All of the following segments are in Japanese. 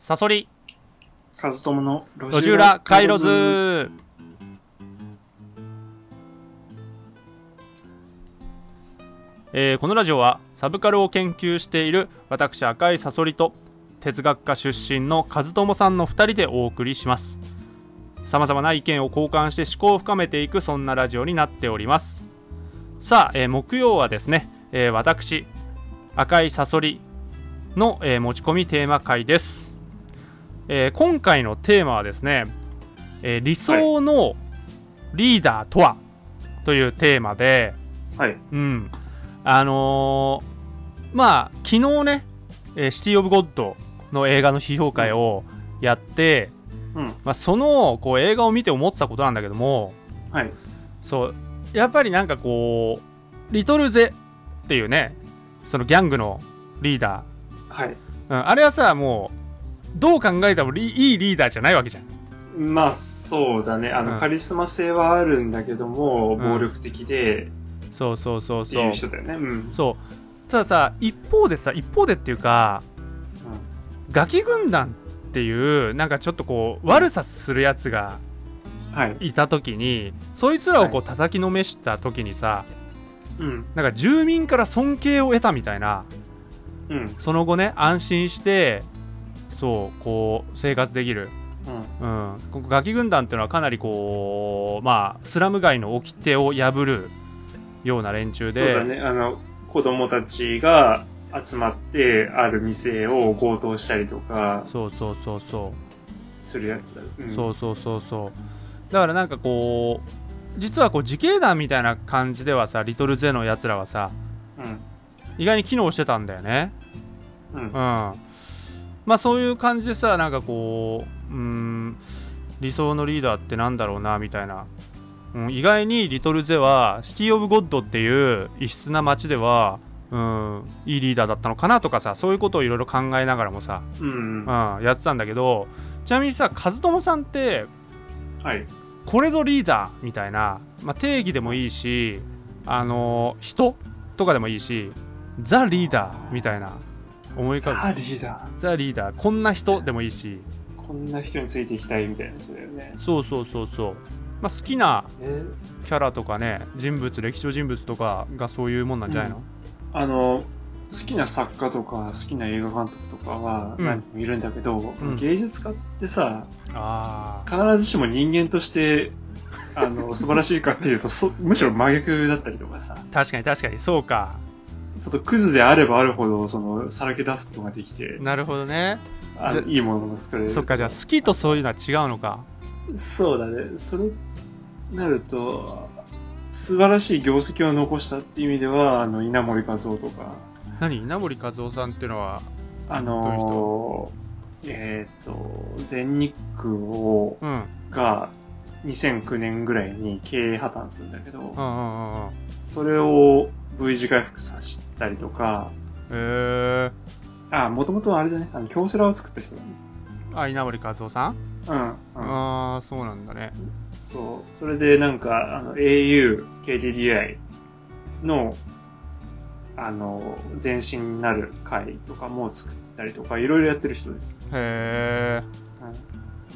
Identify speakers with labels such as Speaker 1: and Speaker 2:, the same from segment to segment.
Speaker 1: サソリ、
Speaker 2: カズトモの路
Speaker 1: 路地裏カイロズ。えーこのラジオはサブカルを研究している私赤いサソリと哲学科出身の和友さんの2人でお送りしますさまざまな意見を交換して思考を深めていくそんなラジオになっておりますさあ、えー木曜はですね、えー私赤いサソリの、えー持ち込みテーマ会ですえー今回のテーマはですね、えー理想のリーダーとはというテーマで、
Speaker 2: はい。
Speaker 1: うん、あのーまあ昨日ね、えーシティ・オブ・ゴッドの映画の批評会をやって、
Speaker 2: うん。
Speaker 1: まあ、そのこう映画を見て思ってたことなんだけども
Speaker 2: はい。
Speaker 1: そうやっぱりなんかこうリトルゼっていうねそのギャングのリーダ
Speaker 2: はい。
Speaker 1: ー、うん、あれはさもうどう考えてもリいいリーダーじゃないわけじゃん。
Speaker 2: まあ、そうだね。あの、
Speaker 1: うん
Speaker 2: カリスマ性はあるんだけども、
Speaker 1: ん
Speaker 2: 暴力的で、
Speaker 1: そうそうそう
Speaker 2: って
Speaker 1: そう
Speaker 2: いう人だよね。うん。
Speaker 1: そうたださ一方でさ一方でっていうかガキ軍団っていうなんかちょっとこう悪さするやつが
Speaker 2: うんはい。
Speaker 1: いた時にそいつらをこう叩きのめした時にさ
Speaker 2: うん。
Speaker 1: なんか住民から尊敬を得たみたいな
Speaker 2: うん。うん。
Speaker 1: その後ね安心してそうこう生活できる、うん、ここガキ軍団っていうのはかなりこうまあスラム街の掟を破るような連中
Speaker 2: そう
Speaker 1: で
Speaker 2: だね。あの、子供たちが集まって、ある店を強盗したりとか、
Speaker 1: そうそうそうそう
Speaker 2: するやつだよ。うん
Speaker 1: そうそうそうそうだからなんかこう実はこう自警団みたいな感じではさリトルゼのやつらはさ
Speaker 2: うん。
Speaker 1: 意外に機能してたんだよね
Speaker 2: うん
Speaker 1: うん。まあそういう感じでさなんかこううーん理想のリーダーってなんだろうなみたいな、うん、意外にリトルゼはシティ・オブ・ゴッドっていう異質な街ではうんいいリーダーだったのかなとかさそういうことをいろいろ考えながらもさ、
Speaker 2: うん。は
Speaker 1: うん、やってたんだけどちなみにさ和友さんって
Speaker 2: い。
Speaker 1: これぞリーダーみたいな、まあ、定義でもいいしあの人とかでもいいしザ・リーダーみたいな思い浮か
Speaker 2: ザ・リーダ
Speaker 1: ぶザ・リーダーこんな人でもいいし
Speaker 2: ー。こんな人についていきたいみたいな人だよね。
Speaker 1: そうそうそうそう、まあ、好きな
Speaker 2: ね
Speaker 1: キャラとかね人物歴史上人物とかがそういうもんなんじゃないの、
Speaker 2: あの好きな作家とか好きな映画監督とかは
Speaker 1: うん
Speaker 2: 何人もいるんだけど、
Speaker 1: ん
Speaker 2: 芸術家ってさ
Speaker 1: ああ
Speaker 2: 必ずしも人間として あの素晴らしいかっていうとそむしろ真逆だったりとかさ
Speaker 1: 確かに確かにそうか
Speaker 2: そのクズであればあるほどそのさらけ出すことができて
Speaker 1: なるほどね
Speaker 2: あの
Speaker 1: じゃ
Speaker 2: いいものが作れる
Speaker 1: そっかじゃあ好きとそういうのは違うのか
Speaker 2: そうだねそれなると素晴らしい業績を残したっていう意味ではあの稲森和夫とか
Speaker 1: 何稲森和夫さんっていうのは
Speaker 2: あのえーっ、と全日空を
Speaker 1: うんうん
Speaker 2: が2009年ぐらいに経営破綻するんだけど、
Speaker 1: うんうんうん
Speaker 2: それを V 字回復させたりとか、
Speaker 1: へえ
Speaker 2: あ、もともとあれだね、あの、京セラを作った人だね。
Speaker 1: ー、あ稲森和夫さん
Speaker 2: うん、うん。
Speaker 1: ああそうなんだね
Speaker 2: そう。それでなんか、あの、au, KDDI の、あの、前身になる会とかも作ったりとか、いろいろやってる人です。
Speaker 1: へえ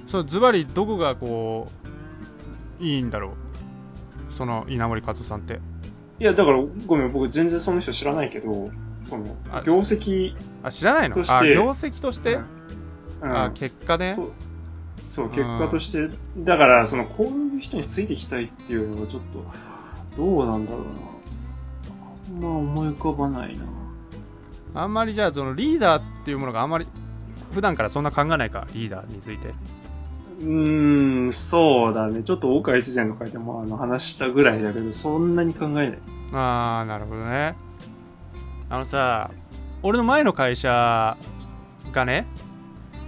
Speaker 2: うん
Speaker 1: そうズバリどこがこういいんだろうその稲森和夫さんって
Speaker 2: いや、だから、ごめん、僕全然その人知らないけど、その
Speaker 1: あ、
Speaker 2: 業績、
Speaker 1: あ知らないの
Speaker 2: として
Speaker 1: あ業績として、
Speaker 2: うん
Speaker 1: あ結果ね
Speaker 2: そうそう
Speaker 1: うん
Speaker 2: 結果としてだからそのこういう人についていきたいっていうのはちょっとどうなんだろうなあんま思い浮かばないな
Speaker 1: あんまりじゃあそのリーダーっていうものがあんまり普段からそんな考えないかリーダーについて
Speaker 2: うーんそうだねちょっと岡越前の回でもあの話したぐらいだけどそんなに考えない
Speaker 1: ああなるほどねあのさ俺の前の会社がね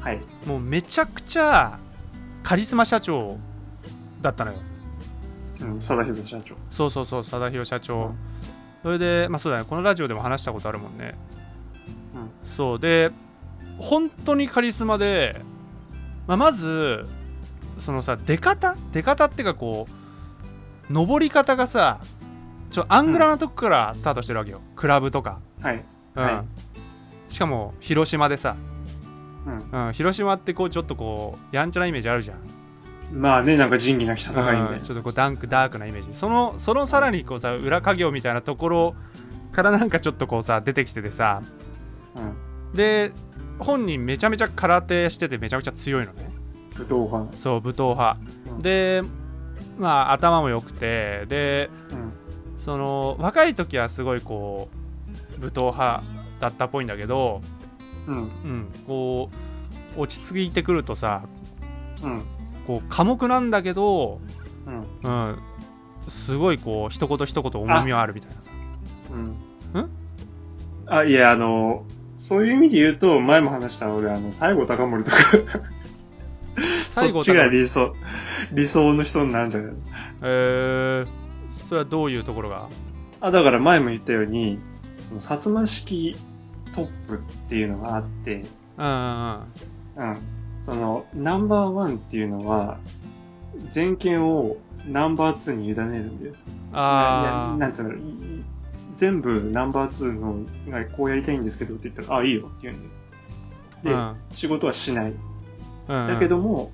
Speaker 2: はい
Speaker 1: もうめちゃくちゃカリスマ社長だったのよ
Speaker 2: うん貞弘社長
Speaker 1: そうそうそう貞弘社長、それでまあそうだねこのラジオでも話したことあるもんね、
Speaker 2: うん
Speaker 1: そうで本当にカリスマで、まあ、まずそのさ出方出方ってかこう登り方がさちょアングラなとこからスタートしてるわけよ、クラブとか、
Speaker 2: はい
Speaker 1: うん
Speaker 2: は
Speaker 1: しかも広島でさ
Speaker 2: うん。
Speaker 1: うん、広島ってこうちょっとこうやんちゃなイメージあるじゃん、
Speaker 2: まあね、なんか仁義なき戦いみた
Speaker 1: う
Speaker 2: い
Speaker 1: ん
Speaker 2: な。
Speaker 1: ちょっとこうダンクダークなイメージそのそのさらにこうさ裏稼業みたいなところからなんかちょっとこうさ出てきててさ
Speaker 2: うん。
Speaker 1: で本人めちゃめちゃ空手しててめちゃめちゃ強いのね
Speaker 2: 武闘派。
Speaker 1: そう武闘派
Speaker 2: うん
Speaker 1: でまあ頭も良くてで
Speaker 2: うん。
Speaker 1: その若い時はすごいこう武闘派だったっぽいんだけど、
Speaker 2: うん。
Speaker 1: うん、こう落ち着いてくるとさ
Speaker 2: うん。
Speaker 1: こう寡黙なんだけど、
Speaker 2: うん。
Speaker 1: うん、すごいこう一言一言重みはあるみたいなさ
Speaker 2: うん。あ、いや、あの、そういう意味で言うと、前も話した俺、あの、西郷隆盛とか、
Speaker 1: 最
Speaker 2: そ
Speaker 1: 後
Speaker 2: っち
Speaker 1: だか
Speaker 2: が
Speaker 1: ら
Speaker 2: 理想、理想の人になるんじゃない
Speaker 1: えー、それはどういうところが
Speaker 2: あ、だから前も言ったように、その、薩摩式トップっていうのがあって、
Speaker 1: うん
Speaker 2: うん。その、ナンバーワンっていうのは、全権をナンバーツーに委ねるんだよ。
Speaker 1: うんうん
Speaker 2: いや
Speaker 1: あ
Speaker 2: なんつうの、い全部ナンバーツーの、がこうやりたいんですけどって言ったら、あ、いいよって言うん
Speaker 1: ー
Speaker 2: だよ。で、仕事はしな
Speaker 1: う
Speaker 2: い。
Speaker 1: ん
Speaker 2: だけども、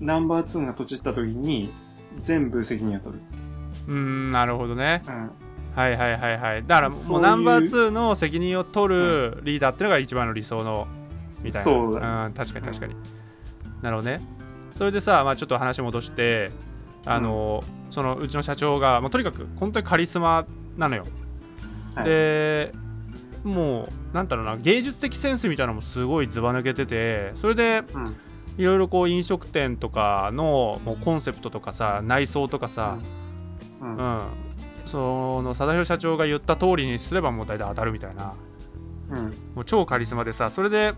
Speaker 2: ナンバーツーが閉じった時に、全部責任を取る。
Speaker 1: うんうんなるほどね
Speaker 2: うん。
Speaker 1: はいはいはいはいだからもう
Speaker 2: そういう
Speaker 1: ナンバー2の責任を取るリーダーっていうのが一番の理想のみたいな
Speaker 2: そうだ
Speaker 1: ん、確かに確かに、なるほどねそれでさ、まあ、ちょっと話戻してあの、そのうちの社長が、まあ、とにかく本当にカリスマなのよ、
Speaker 2: はい
Speaker 1: でもうなんだろうな芸術的センスみたいなのもすごいずば抜けててそれで
Speaker 2: うん。
Speaker 1: いろいろこう飲食店とかのもうコンセプトとかさ内装とかさ、
Speaker 2: うん。
Speaker 1: う
Speaker 2: うん。
Speaker 1: ん、その貞弘社長が言った通りにすればもう大体当たるみたいな
Speaker 2: うん。
Speaker 1: もう超カリスマでさそれで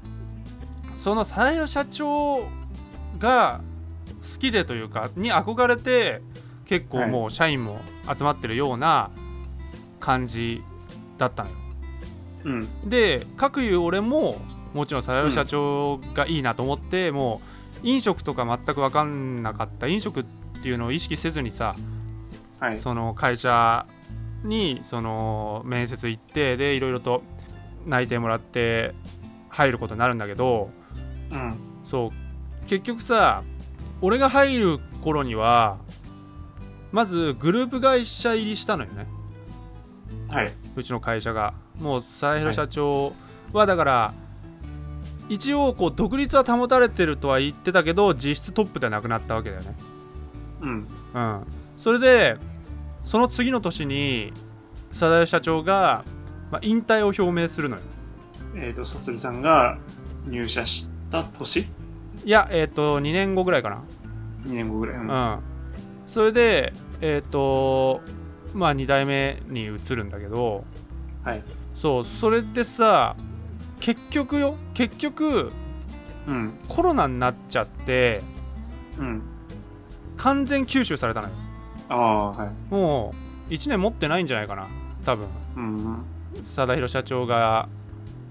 Speaker 1: その貞弘社長が好きでというかに憧れて結構もう社員も集まってるような感じだったのよ。
Speaker 2: うん。
Speaker 1: でかくいう俺ももちろん貞弘社長がいいなと思って、もう飲食とか全く分かんなかった飲食っていうのを意識せずにさ
Speaker 2: はい。
Speaker 1: その会社にその面接行ってでいろいろと内定もらって入ることになるんだけど
Speaker 2: うん。
Speaker 1: そう結局さ俺が入る頃にはまずグループ会社入りしたのよね
Speaker 2: はい。
Speaker 1: うちの会社がもう佐平社長はだから、一応こう独立は保たれてるとは言ってたけど実質トップではなくなったわけだよね
Speaker 2: うん。
Speaker 1: うん、それでその次の年に佐田社長が、まあ、引退を表明するのよ
Speaker 2: えっ、と、さすりさんが入社した年
Speaker 1: いやえっ、と2年後ぐらいか
Speaker 2: ?2 年後ぐらい。うん。
Speaker 1: なうん、それでえっ、とまあ2代目に移るんだけど
Speaker 2: はい。
Speaker 1: そうそれでさ結局よ結局
Speaker 2: うん。
Speaker 1: コロナになっちゃって
Speaker 2: うん。
Speaker 1: 完全吸収されたのよ
Speaker 2: ああ、はい。
Speaker 1: もう1年持ってないんじゃないかな多分
Speaker 2: うん。うん。
Speaker 1: 佐田社長が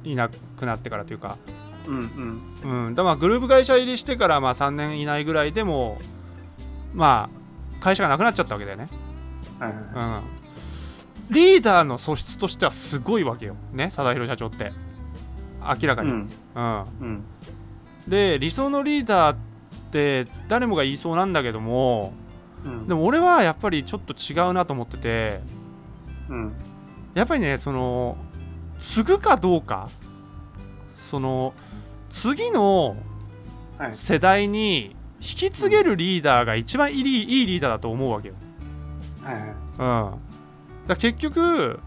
Speaker 1: いなくなってからというか
Speaker 2: うん。うん。
Speaker 1: うん、だからまあグループ会社入りしてからまあ3年以内ぐらいでもうまあ会社がなくなっちゃったわけだよね、
Speaker 2: はいはいは
Speaker 1: う
Speaker 2: い。
Speaker 1: ん、リーダーの素質としてはすごいわけよね貞弘社長って明らかに、うんうん、
Speaker 2: うん。
Speaker 1: で理想のリーダーって誰もが言いそうなんだけども
Speaker 2: うん。
Speaker 1: でも俺はやっぱりちょっと違うなと思ってて
Speaker 2: うん。
Speaker 1: やっぱりねその継ぐかどうかその次の
Speaker 2: はい。
Speaker 1: 世代に引き継げるリーダーが一番いいいいリーダーだと思うわけよ。
Speaker 2: はいは
Speaker 1: う
Speaker 2: い。
Speaker 1: ん、だから結局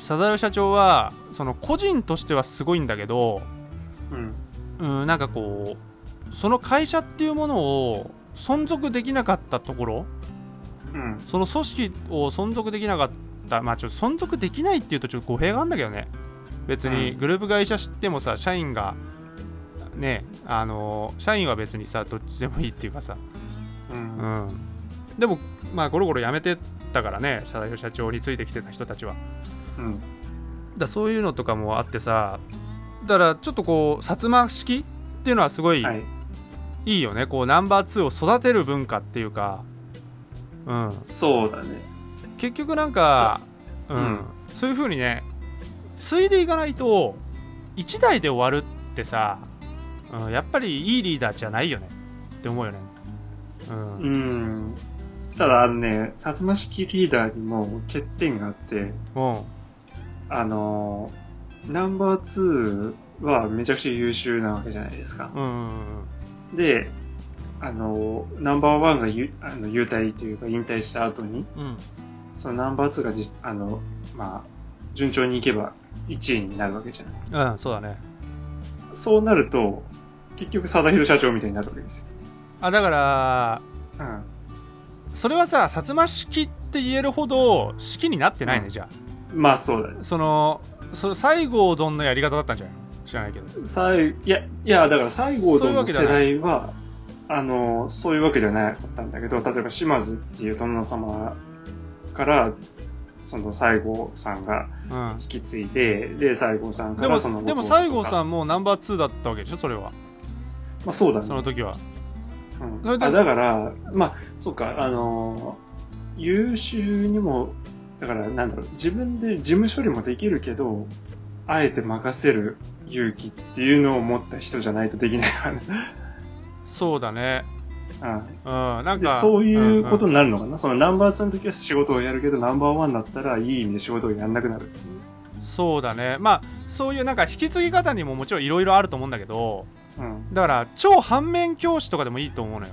Speaker 1: サダル社長はその個人としてはすごいんだけど、
Speaker 2: うん。
Speaker 1: うん、なんかこうその会社っていうものを存続できなかったところ
Speaker 2: うん。
Speaker 1: その組織を存続できなかったまあちょっと存続できないっていうとちょっと語弊があるんだけどね別にグループ会社知ってもさ社員がねあの社員は別にさどっちでもいいっていうかさ
Speaker 2: うん。
Speaker 1: うん、でもまあゴロゴロ辞めてったからね佐々木社長についてきてた人たちは
Speaker 2: うん。
Speaker 1: だそういうのとかもあってさだからちょっとこう薩摩式っていうのはすごい
Speaker 2: はい。
Speaker 1: いいよね、こうナンバー2を育てる文化っていうか、うん、
Speaker 2: そうだね。
Speaker 1: 結局なんか、うん
Speaker 2: うん
Speaker 1: そういう風にね継いでいかないと1代で終わるってさうん、やっぱりいいリーダーじゃないよねって思うよねうん、
Speaker 2: うん。ただ、あのね、薩摩式リーダーにも欠点があって、
Speaker 1: うん、
Speaker 2: あのー、ナンバー2はめちゃくちゃ優秀なわけじゃないですか。
Speaker 1: うんうん
Speaker 2: で、あのー、ナンバー1がゆあの優待というか引退した後に、
Speaker 1: うんうん
Speaker 2: そのナンバー2がじあの、まあ、順調にいけば1位になるわけじゃない。
Speaker 1: うん、うん、そうだね
Speaker 2: そうなると、結局、貞弘社長みたいになるわけですよ。
Speaker 1: あだから
Speaker 2: うん。
Speaker 1: それはさ薩摩式って言えるほど式になってないね、
Speaker 2: うん
Speaker 1: じゃ
Speaker 2: まあ、そうだね。
Speaker 1: あそのそ西郷どんのやり方だったんじゃない知らないけど
Speaker 2: 最いや、いや、だから西郷
Speaker 1: そういう
Speaker 2: ど
Speaker 1: んわ
Speaker 2: の
Speaker 1: け
Speaker 2: 世
Speaker 1: じゃない
Speaker 2: 代は、あの、そういうわけではなかったんだけど、例えば島津っていう殿様から、その西郷さんが
Speaker 1: うん
Speaker 2: 引き継いで、で、西郷さん
Speaker 1: で
Speaker 2: からその
Speaker 1: もでも
Speaker 2: 弟とか
Speaker 1: 西郷さ
Speaker 2: ま
Speaker 1: んもナンバー2だったわけでしょそれは
Speaker 2: あそうだ
Speaker 1: そ
Speaker 2: ね。
Speaker 1: の時は
Speaker 2: うん
Speaker 1: それで
Speaker 2: あだから、まあ、そうか、あの、優秀にも、だから、なんだろう、自分で事務処理もできるけど、あえて任せる勇気っていうのを持った人じゃないとできないからね。
Speaker 1: そうだね
Speaker 2: うん
Speaker 1: うんなん
Speaker 2: で
Speaker 1: か
Speaker 2: そういうこと
Speaker 1: ん
Speaker 2: になるのかな、そのナンバー2の時は仕事をやるけど、ナンバーワンだったらいい意味で仕事をやんなくなる。
Speaker 1: うんそうだねまあそういうなんか引き継ぎ方にももちろんいろいろあると思うんだけど
Speaker 2: うん。
Speaker 1: だから超反面教師とかでもいいと思うのよ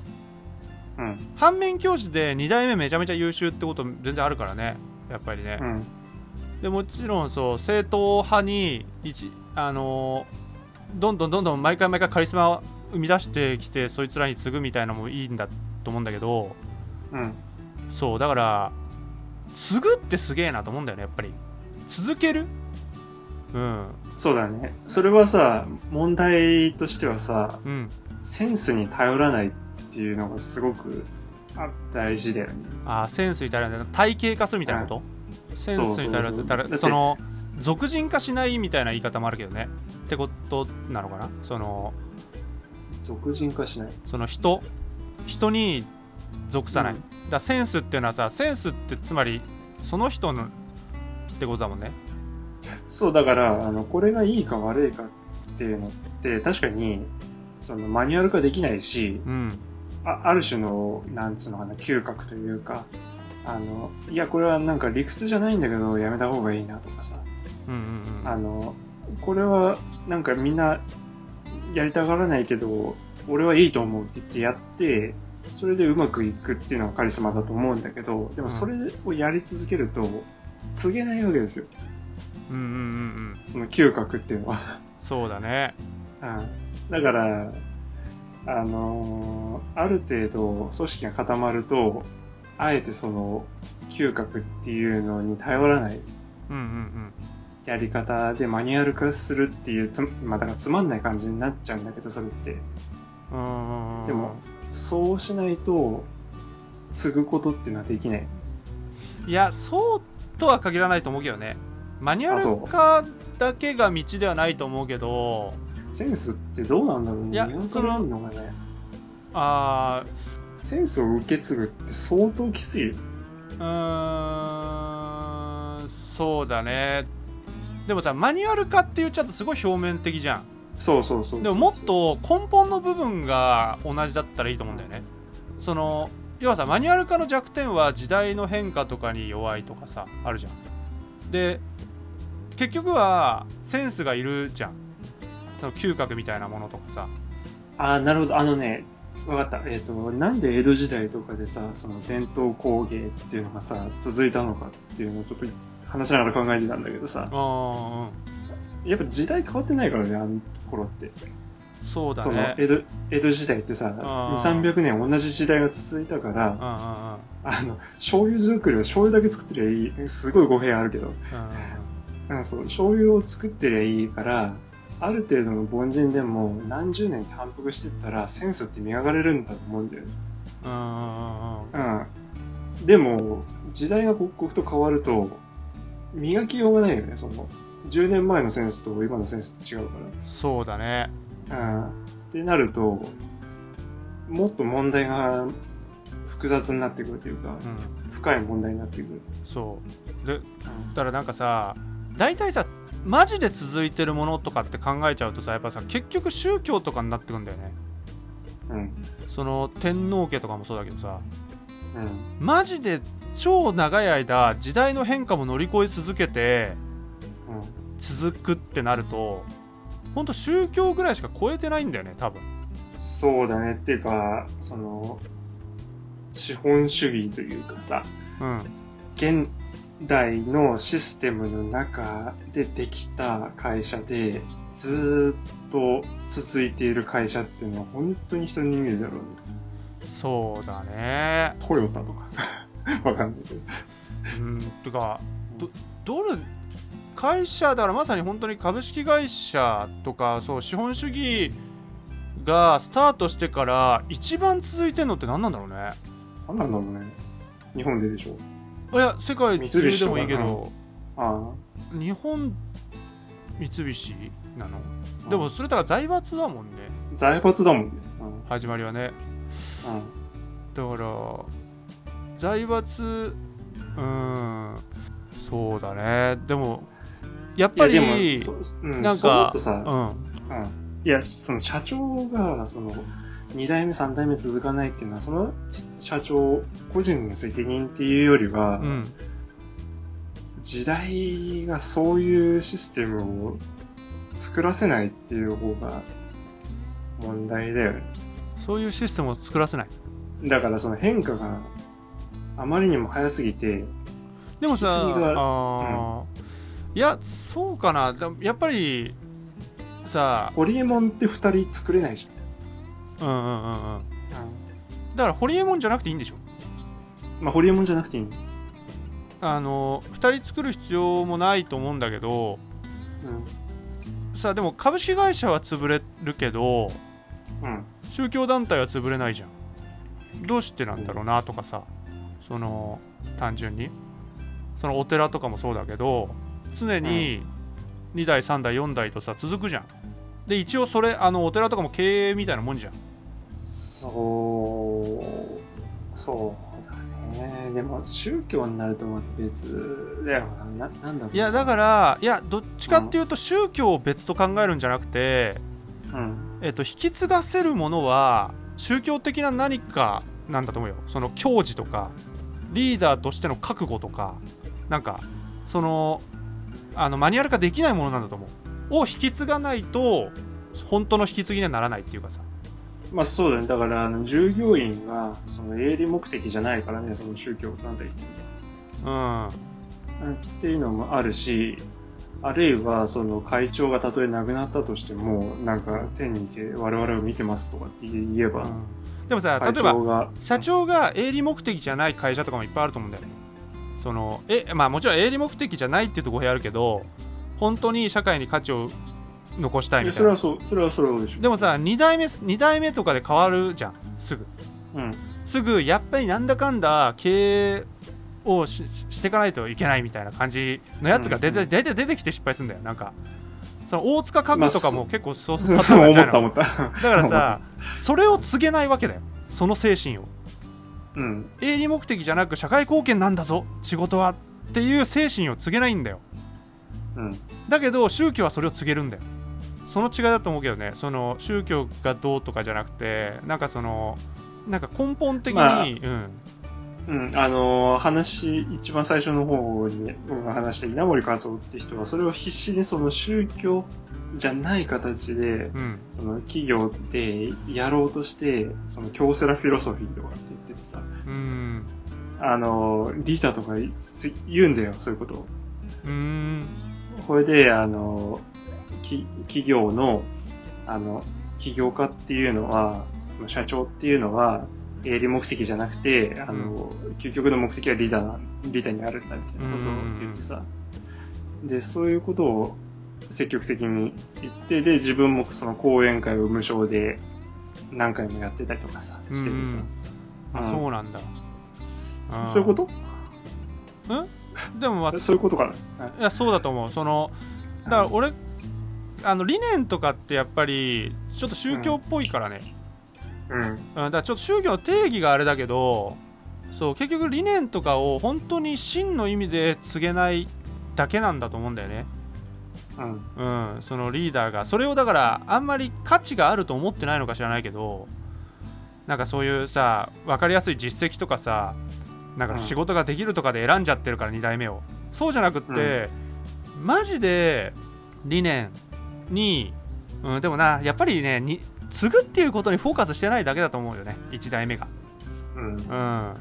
Speaker 2: うん。
Speaker 1: 反面教師で2代目めちゃめちゃ優秀ってこと全然あるからねやっぱりね
Speaker 2: う、ん。
Speaker 1: でもちろんそう正統派に一あのーどんどんどんどん毎回毎回カリスマを生み出してきてそいつらに次ぐみたいなのもいいんだと思うんだけど
Speaker 2: うん。
Speaker 1: そうだから継ぐってすげえなと思うんだよねやっぱり続けるうん
Speaker 2: そうだね。それはさ、問題としてはさ、
Speaker 1: うん
Speaker 2: センスに頼らないっていうのがすごくあ大事だよね。
Speaker 1: あーセンスに頼らず体系化するみたいなこと、センスに頼ら
Speaker 2: そうそうそう
Speaker 1: ずだか
Speaker 2: だって
Speaker 1: らその俗人化しないみたいな言い方もあるけどねってことなのかなその
Speaker 2: 俗人化しない。
Speaker 1: その人人に属さない、
Speaker 2: うん
Speaker 1: だからセンスっていうのはさセンスってつまりその人のってことだもんね
Speaker 2: そう、だから、あの、これがいいか悪いかっていうのって、確かに、そのマニュアル化できないし、
Speaker 1: うん
Speaker 2: あある種の、なんつうのかな、嗅覚というか、あの、いや、これはなんか理屈じゃないんだけど、やめた方がいいなとかさ、
Speaker 1: うんうん
Speaker 2: あの、これはなんかみんなやりたがらないけど、俺はいいと思うって言ってやって、それでうまくいくっていうのがカリスマだと思うんだけど、で
Speaker 1: うん
Speaker 2: もそれをやり続けると、告げないわけですよ。
Speaker 1: うんうんうんうんうん
Speaker 2: その嗅覚っていうのは。
Speaker 1: そうだね
Speaker 2: うんだから、あのーある程度組織が固まると、あえてその嗅覚っていうのに頼らない
Speaker 1: うんうん
Speaker 2: やり方でマニュアル化するっていうつ、まあ、だからつまんない感じになっちゃうんだけど、それって。
Speaker 1: うんうんうん
Speaker 2: でもそうしないと、継ぐことっていうのはできない。
Speaker 1: いやそうとは限らないと思うけどねマニュア
Speaker 2: あそ
Speaker 1: ル
Speaker 2: う
Speaker 1: 化だけが道ではないと思うけど
Speaker 2: センスってどうなんだろうね。
Speaker 1: いや
Speaker 2: ニュアンス
Speaker 1: その
Speaker 2: があるのがね。
Speaker 1: あー
Speaker 2: センスを受け継ぐって相当きついよ。
Speaker 1: うーんそうだねでもさマニュアル化って言っちゃうとすごい表面的じゃん
Speaker 2: そうそうそう。
Speaker 1: でももっと根本の部分が同じだったらいいと思うんだよねその要はさマニュアル化の弱点は時代の変化とかに弱いとかさあるじゃんで結局はセンスがいるじゃんその嗅覚みたいなものとかさ
Speaker 2: ああ、なるほど。あのね、わかった。えっ、と、なんで江戸時代とかでさ、その伝統工芸っていうのがさ、続いたのかっていうのをちょっと話しながら考えてたんだけどさ、
Speaker 1: うんうん
Speaker 2: やっぱ時代変わってないからね、あの頃って。
Speaker 1: そうだ
Speaker 2: その
Speaker 1: ね
Speaker 2: 江戸、江戸時代ってさ、
Speaker 1: あ
Speaker 2: 2、
Speaker 1: ー
Speaker 2: 300年同じ時代が続いたか
Speaker 1: う
Speaker 2: ら、
Speaker 1: んうんうん
Speaker 2: あの、醤油作りは醤油だけ作ってりゃいい。すごい語弊あるけど、
Speaker 1: うん
Speaker 2: うん、そう、醤油を作ってりゃいいから、ある程度の凡人でも何十年って反復してったらセンスって磨かれるんだと思うんだよね。
Speaker 1: うんうんうん
Speaker 2: うん。でも、時代が刻々と変わると、磨きようがないよね、その。10年前のセンスと今のセンスって違うか
Speaker 1: そうだね
Speaker 2: ら。うん。ってなると、もっと問題が複雑になってくるというか、
Speaker 1: うん
Speaker 2: 深い問題になってくる。
Speaker 1: そうでだからなんかさ大体さマジで続いてるものとかって考えちゃうとさやっぱさ結局宗教とかになってくんだよね
Speaker 2: うん。
Speaker 1: その天皇家とかもそうだけどさ
Speaker 2: うん。
Speaker 1: マジで超長い間時代の変化も乗り越え続けて続くってなるとほんと宗教ぐらいしか超えてないんだよね多分
Speaker 2: うん。そうだね。っていうか、その、資本主義というかさ、
Speaker 1: うん
Speaker 2: 現代のシステムの中でできた会社で、ずーっと続いている会社っていうのは本当に人に見るだろうね。
Speaker 1: そうだね
Speaker 2: トヨタとか。 わかんないけど。
Speaker 1: うんてかどどれ会社だからまさに本当に株式会社とかそう資本主義がスタートしてから一番続いてんのって何なんだろうね
Speaker 2: なんなんだろうね。日本ででしょ。
Speaker 1: いや世界
Speaker 2: 三
Speaker 1: 中で
Speaker 2: 菱とか
Speaker 1: もいいけど
Speaker 2: あ
Speaker 1: 日本三菱なの
Speaker 2: あ。
Speaker 1: でも、それだから財閥だもんね
Speaker 2: 財閥だもんね。うん。うん。
Speaker 1: 始まりはねだから財閥うーんそうだねでもやっ
Speaker 2: いや
Speaker 1: ぱ
Speaker 2: でも
Speaker 1: り
Speaker 2: そうん、
Speaker 1: なん
Speaker 2: そう思
Speaker 1: か
Speaker 2: うとさ、
Speaker 1: うん
Speaker 2: うんいや、その社長が、その、2代目、3代目続かないっていうのは、その社長個人の責任っていうよりは、
Speaker 1: うん
Speaker 2: 時代がそういうシステムを作らせないっていう方が問題だよね。
Speaker 1: そういうシステムを作らせない
Speaker 2: だからその変化があまりにも早すぎて、
Speaker 1: でもさ
Speaker 2: 引き継ぎが
Speaker 1: あー、いやそうかなでもやっぱりさ
Speaker 2: ホリエモンって2人作れないじ
Speaker 1: うんうんうんうん
Speaker 2: ゃん。
Speaker 1: だからホリエモンじゃなくていいんでしょ
Speaker 2: まあ、ホリエモンじゃなくていいの。
Speaker 1: あの2人作る必要もないと思うんだけどさあでも株式会社は潰れるけど
Speaker 2: うん。うん。
Speaker 1: 宗教団体は潰れないじゃんどうしてなんだろうなとかさその単純にそのお寺とかもそうだけど常に2代3代4代とさ続くじゃんで一応それあのお寺とかも経営みたいなもんじゃん
Speaker 2: そう、そうだね。でも宗教になるとまた別だよな。ななんだろう。
Speaker 1: いやだからいやどっちかっていうと宗教を別と考えるんじゃなくて、
Speaker 2: うん。
Speaker 1: えっと、引き継がせるものは宗教的な何かなんだと思うよその教示とかリーダーとしての覚悟とかなんかそのあのマニュアル化できないものなんだと思うを引き継がないと本当の引き継ぎにはならないっていうかさ
Speaker 2: まあそうだね。だから、あの従業員が、その営利目的じゃないからね、その宗教なんだ言っても
Speaker 1: う
Speaker 2: うんっていうのもあるし、あるいは、その会長がたとえ亡くなったとしても、なんか、天にいて我々を見てますとかって言えば、
Speaker 1: ん、でもさ
Speaker 2: 会
Speaker 1: 例えば
Speaker 2: 長が、
Speaker 1: 社長が営利目的じゃない会社とかもいっぱいあると思うんだよね。そのえまあ、もちろん営利目的じゃないっていうと語弊あるけど本当に社会に価値を残したい
Speaker 2: いや
Speaker 1: みた
Speaker 2: そ
Speaker 1: い
Speaker 2: れ
Speaker 1: な
Speaker 2: はそう、それはそれはでしょ。
Speaker 1: でもさ2代目二代目とかで変わるじゃんすぐ
Speaker 2: うん。
Speaker 1: すぐやっぱりなんだかんだ経営をしししていかないといけないみたいな感じのやつが出て,、
Speaker 2: うんうん
Speaker 1: 出て出てきて失敗するんだよなんかその大塚家具とかも結構そう
Speaker 2: 思
Speaker 1: パ
Speaker 2: っ
Speaker 1: ターンなんじゃない
Speaker 2: た
Speaker 1: の
Speaker 2: 思った。
Speaker 1: だから さそれを告げないわけだよその精神を
Speaker 2: うん。
Speaker 1: 営利目的じゃなく社会貢献なんだぞ仕事はっていう精神を告げないんだよ
Speaker 2: うん。
Speaker 1: だけど宗教はそれを告げるんだよその違いだと思うけどねその宗教がどうとかじゃなくてなんかそのなんか根本的に、
Speaker 2: ま
Speaker 1: う
Speaker 2: あ
Speaker 1: ん
Speaker 2: うん、あのー話、一番最初の方に僕が話した稲森和夫って人は、それを必死にその宗教じゃない形で、
Speaker 1: うん
Speaker 2: その企業でやろうとして、その京セラフィロソフィーとかって言っててさ、
Speaker 1: うん
Speaker 2: あのーリータとかい言うんだよ、そういうことを。
Speaker 1: うーん
Speaker 2: これで、あのーき企業の、あの、起業家っていうのは、社長っていうのは、営利目的じゃなくて、あの、究極の目的はリーダーな、リーダーにあるんだみたいなことを言ってさ。で、そういうことを積極的に言って、で、自分もその講演会を無償で何回もやってたりとかさ、してるさ。
Speaker 1: あ
Speaker 2: うん
Speaker 1: そうなんだあー
Speaker 2: そういうこと
Speaker 1: でもまあそ
Speaker 2: そういうことかな。
Speaker 1: いやそうだと思うそのだから俺あの理念とかってやっぱりちょっと宗教っぽいからね、
Speaker 2: うん。
Speaker 1: うん、だからちょっと宗教の定義があれだけどそう結局理念とかを本当に真の意味で告げないだけなんだと思うんだよね
Speaker 2: うん。
Speaker 1: うん、そのリーダーがそれをだからあんまり価値があると思ってないのか知らないけどなんかそういうさ分かりやすい実績とかさなんか仕事ができるとかで選んじゃってるから2代目をそうじゃなくって、マジで理念に、うん、でもなやっぱりねに継ぐっていうことにフォーカスしてないだけだと思うよね1代目が。
Speaker 2: う
Speaker 1: う
Speaker 2: ん。
Speaker 1: ん、な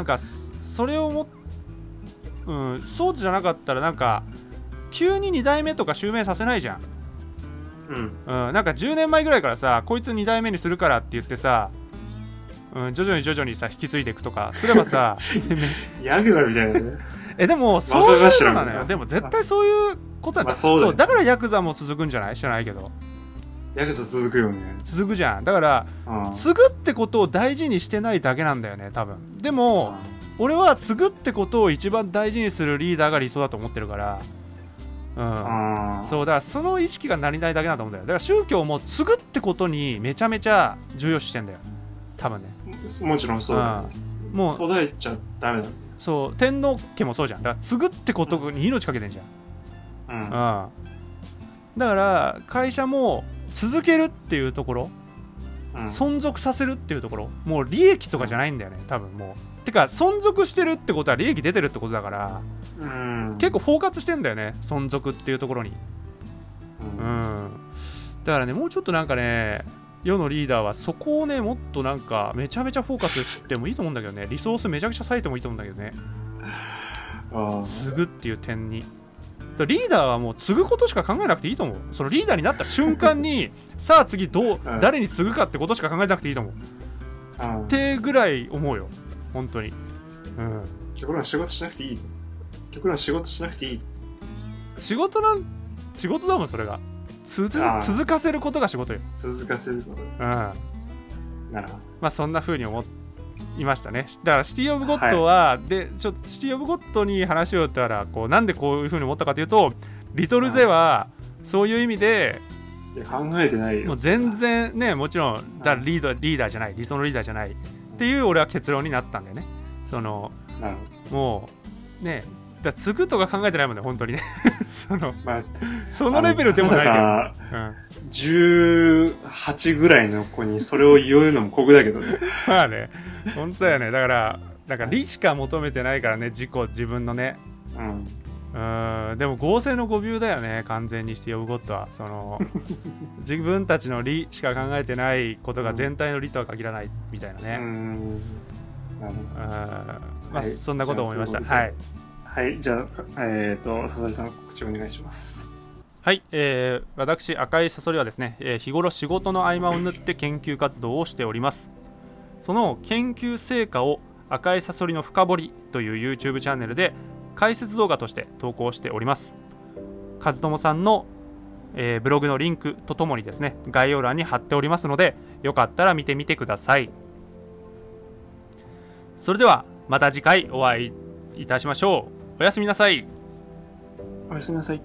Speaker 1: んかそそれをもっ、うん、そうじゃなかったらなんか急に2代目とか襲名させないじゃん、
Speaker 2: うん。
Speaker 1: うん、なんか10年前ぐらいからさこいつ2代目にするからって言ってさ、うん、徐々に徐々にさ引き継いでいくとかすればさ
Speaker 2: ヤクザみたいなね。
Speaker 1: えでもそういう
Speaker 2: 若頭
Speaker 1: の
Speaker 2: み
Speaker 1: な
Speaker 2: た
Speaker 1: いの
Speaker 2: な
Speaker 1: よでも絶対そういうことだ,、
Speaker 2: まあそうだよね
Speaker 1: だからヤクザも続くんじゃない知らないけど
Speaker 2: ヤクザ続くよね。
Speaker 1: 続くじゃんだから
Speaker 2: うん。
Speaker 1: 継ぐってことを大事にしてないだけなんだよね多分でも、俺は継ぐってことを一番大事にするリーダーが理想だと思ってるから、うん
Speaker 2: ああ。
Speaker 1: そうだからその意識がなりないだけだと思うんだよだから宗教も継ぐってことにめちゃめちゃ重要視してんだよ多分ね
Speaker 2: もちろんそうだね。
Speaker 1: んもう
Speaker 2: 途絶えちゃダメだ。
Speaker 1: そう天皇家もそうじゃんだから継ぐってことに命かけてんじゃん、
Speaker 2: うん。
Speaker 1: うん、だから会社も続けるっていうところ
Speaker 2: うん
Speaker 1: 存続させるっていうところもう利益とかじゃないんだよね多分もうてか存続してるってことは利益出てるってことだから
Speaker 2: うん。
Speaker 1: 結構フォーカスしてんだよね存続っていうところに
Speaker 2: うん
Speaker 1: うんだからねもうちょっとなんかね世のリーダーはそこをねもっとなんかめちゃめちゃフォーカスしてもいいと思うんだけどねリソースめちゃくちゃ割いてもいいと思うんだけどね
Speaker 2: あ
Speaker 1: 継ぐっていう点にだからリーダーはもう継ぐことしか考えなくていいと思うそのリーダーになった瞬間 にさあ次どう
Speaker 2: うん
Speaker 1: 誰に継ぐかってことしか考えなくていいと思うっ
Speaker 2: あ。うん。
Speaker 1: てぐらい思うよ本当にうん
Speaker 2: 極論仕事しなくていい。極論仕事しなくていい。
Speaker 1: 仕事なん仕事だもんそれが続
Speaker 2: あー
Speaker 1: 続かせることが仕事よ
Speaker 2: 続かせること
Speaker 1: うん
Speaker 2: なら。
Speaker 1: まあそんな風に思いましたね。だからシティ・オブ・ゴッドは、でちょっとシティ・オブ・ゴッドに話を言ったらこうなんでこういう風に思ったかというとリトル・ゼはそういう意味で
Speaker 2: いや考えてないよ。
Speaker 1: もう全然ねもちろんだリードリーダーじゃない理想のリーダーじゃないっていう俺は結論になったんだよね。その
Speaker 2: なるほ
Speaker 1: もうねだから継ぐとか考えてないもんね本当にね その
Speaker 2: ど。まあ、
Speaker 1: そのレベルでもないけ
Speaker 2: あ
Speaker 1: ど
Speaker 2: の。まだ
Speaker 1: うん
Speaker 2: 18ぐらいの子にそれを言うのも酷だけどね。
Speaker 1: まあね、本当だよね。だから、なんか理しか求めてないからね、自己、自分のね。
Speaker 2: うん。
Speaker 1: うーんでも合成の誤謬だよね完全にして呼ぶことはそ の自分たちの利しか考えてないことが全体の利とは限らないみたいな
Speaker 2: うー
Speaker 1: ね、
Speaker 2: ん。なるほど
Speaker 1: うーんまあ、
Speaker 2: はい
Speaker 1: そんなことを思いました
Speaker 2: じゃあ
Speaker 1: はい、
Speaker 2: はい、じゃあ、えっ、と、佐々木さん、告知お願いします。
Speaker 1: はいえー私赤井さそりはですね、えー日頃仕事の合間を縫って研究活動をしておりますその研究成果を赤いサソリの深掘りという YouTube チャンネルで解説動画として投稿しております和友さんの、えーブログのリンクとともにですね概要欄に貼っておりますのでよかったら見てみてくださいそれではまた次回お会いいたしましょうおやすみなさい
Speaker 2: おやすみなさい。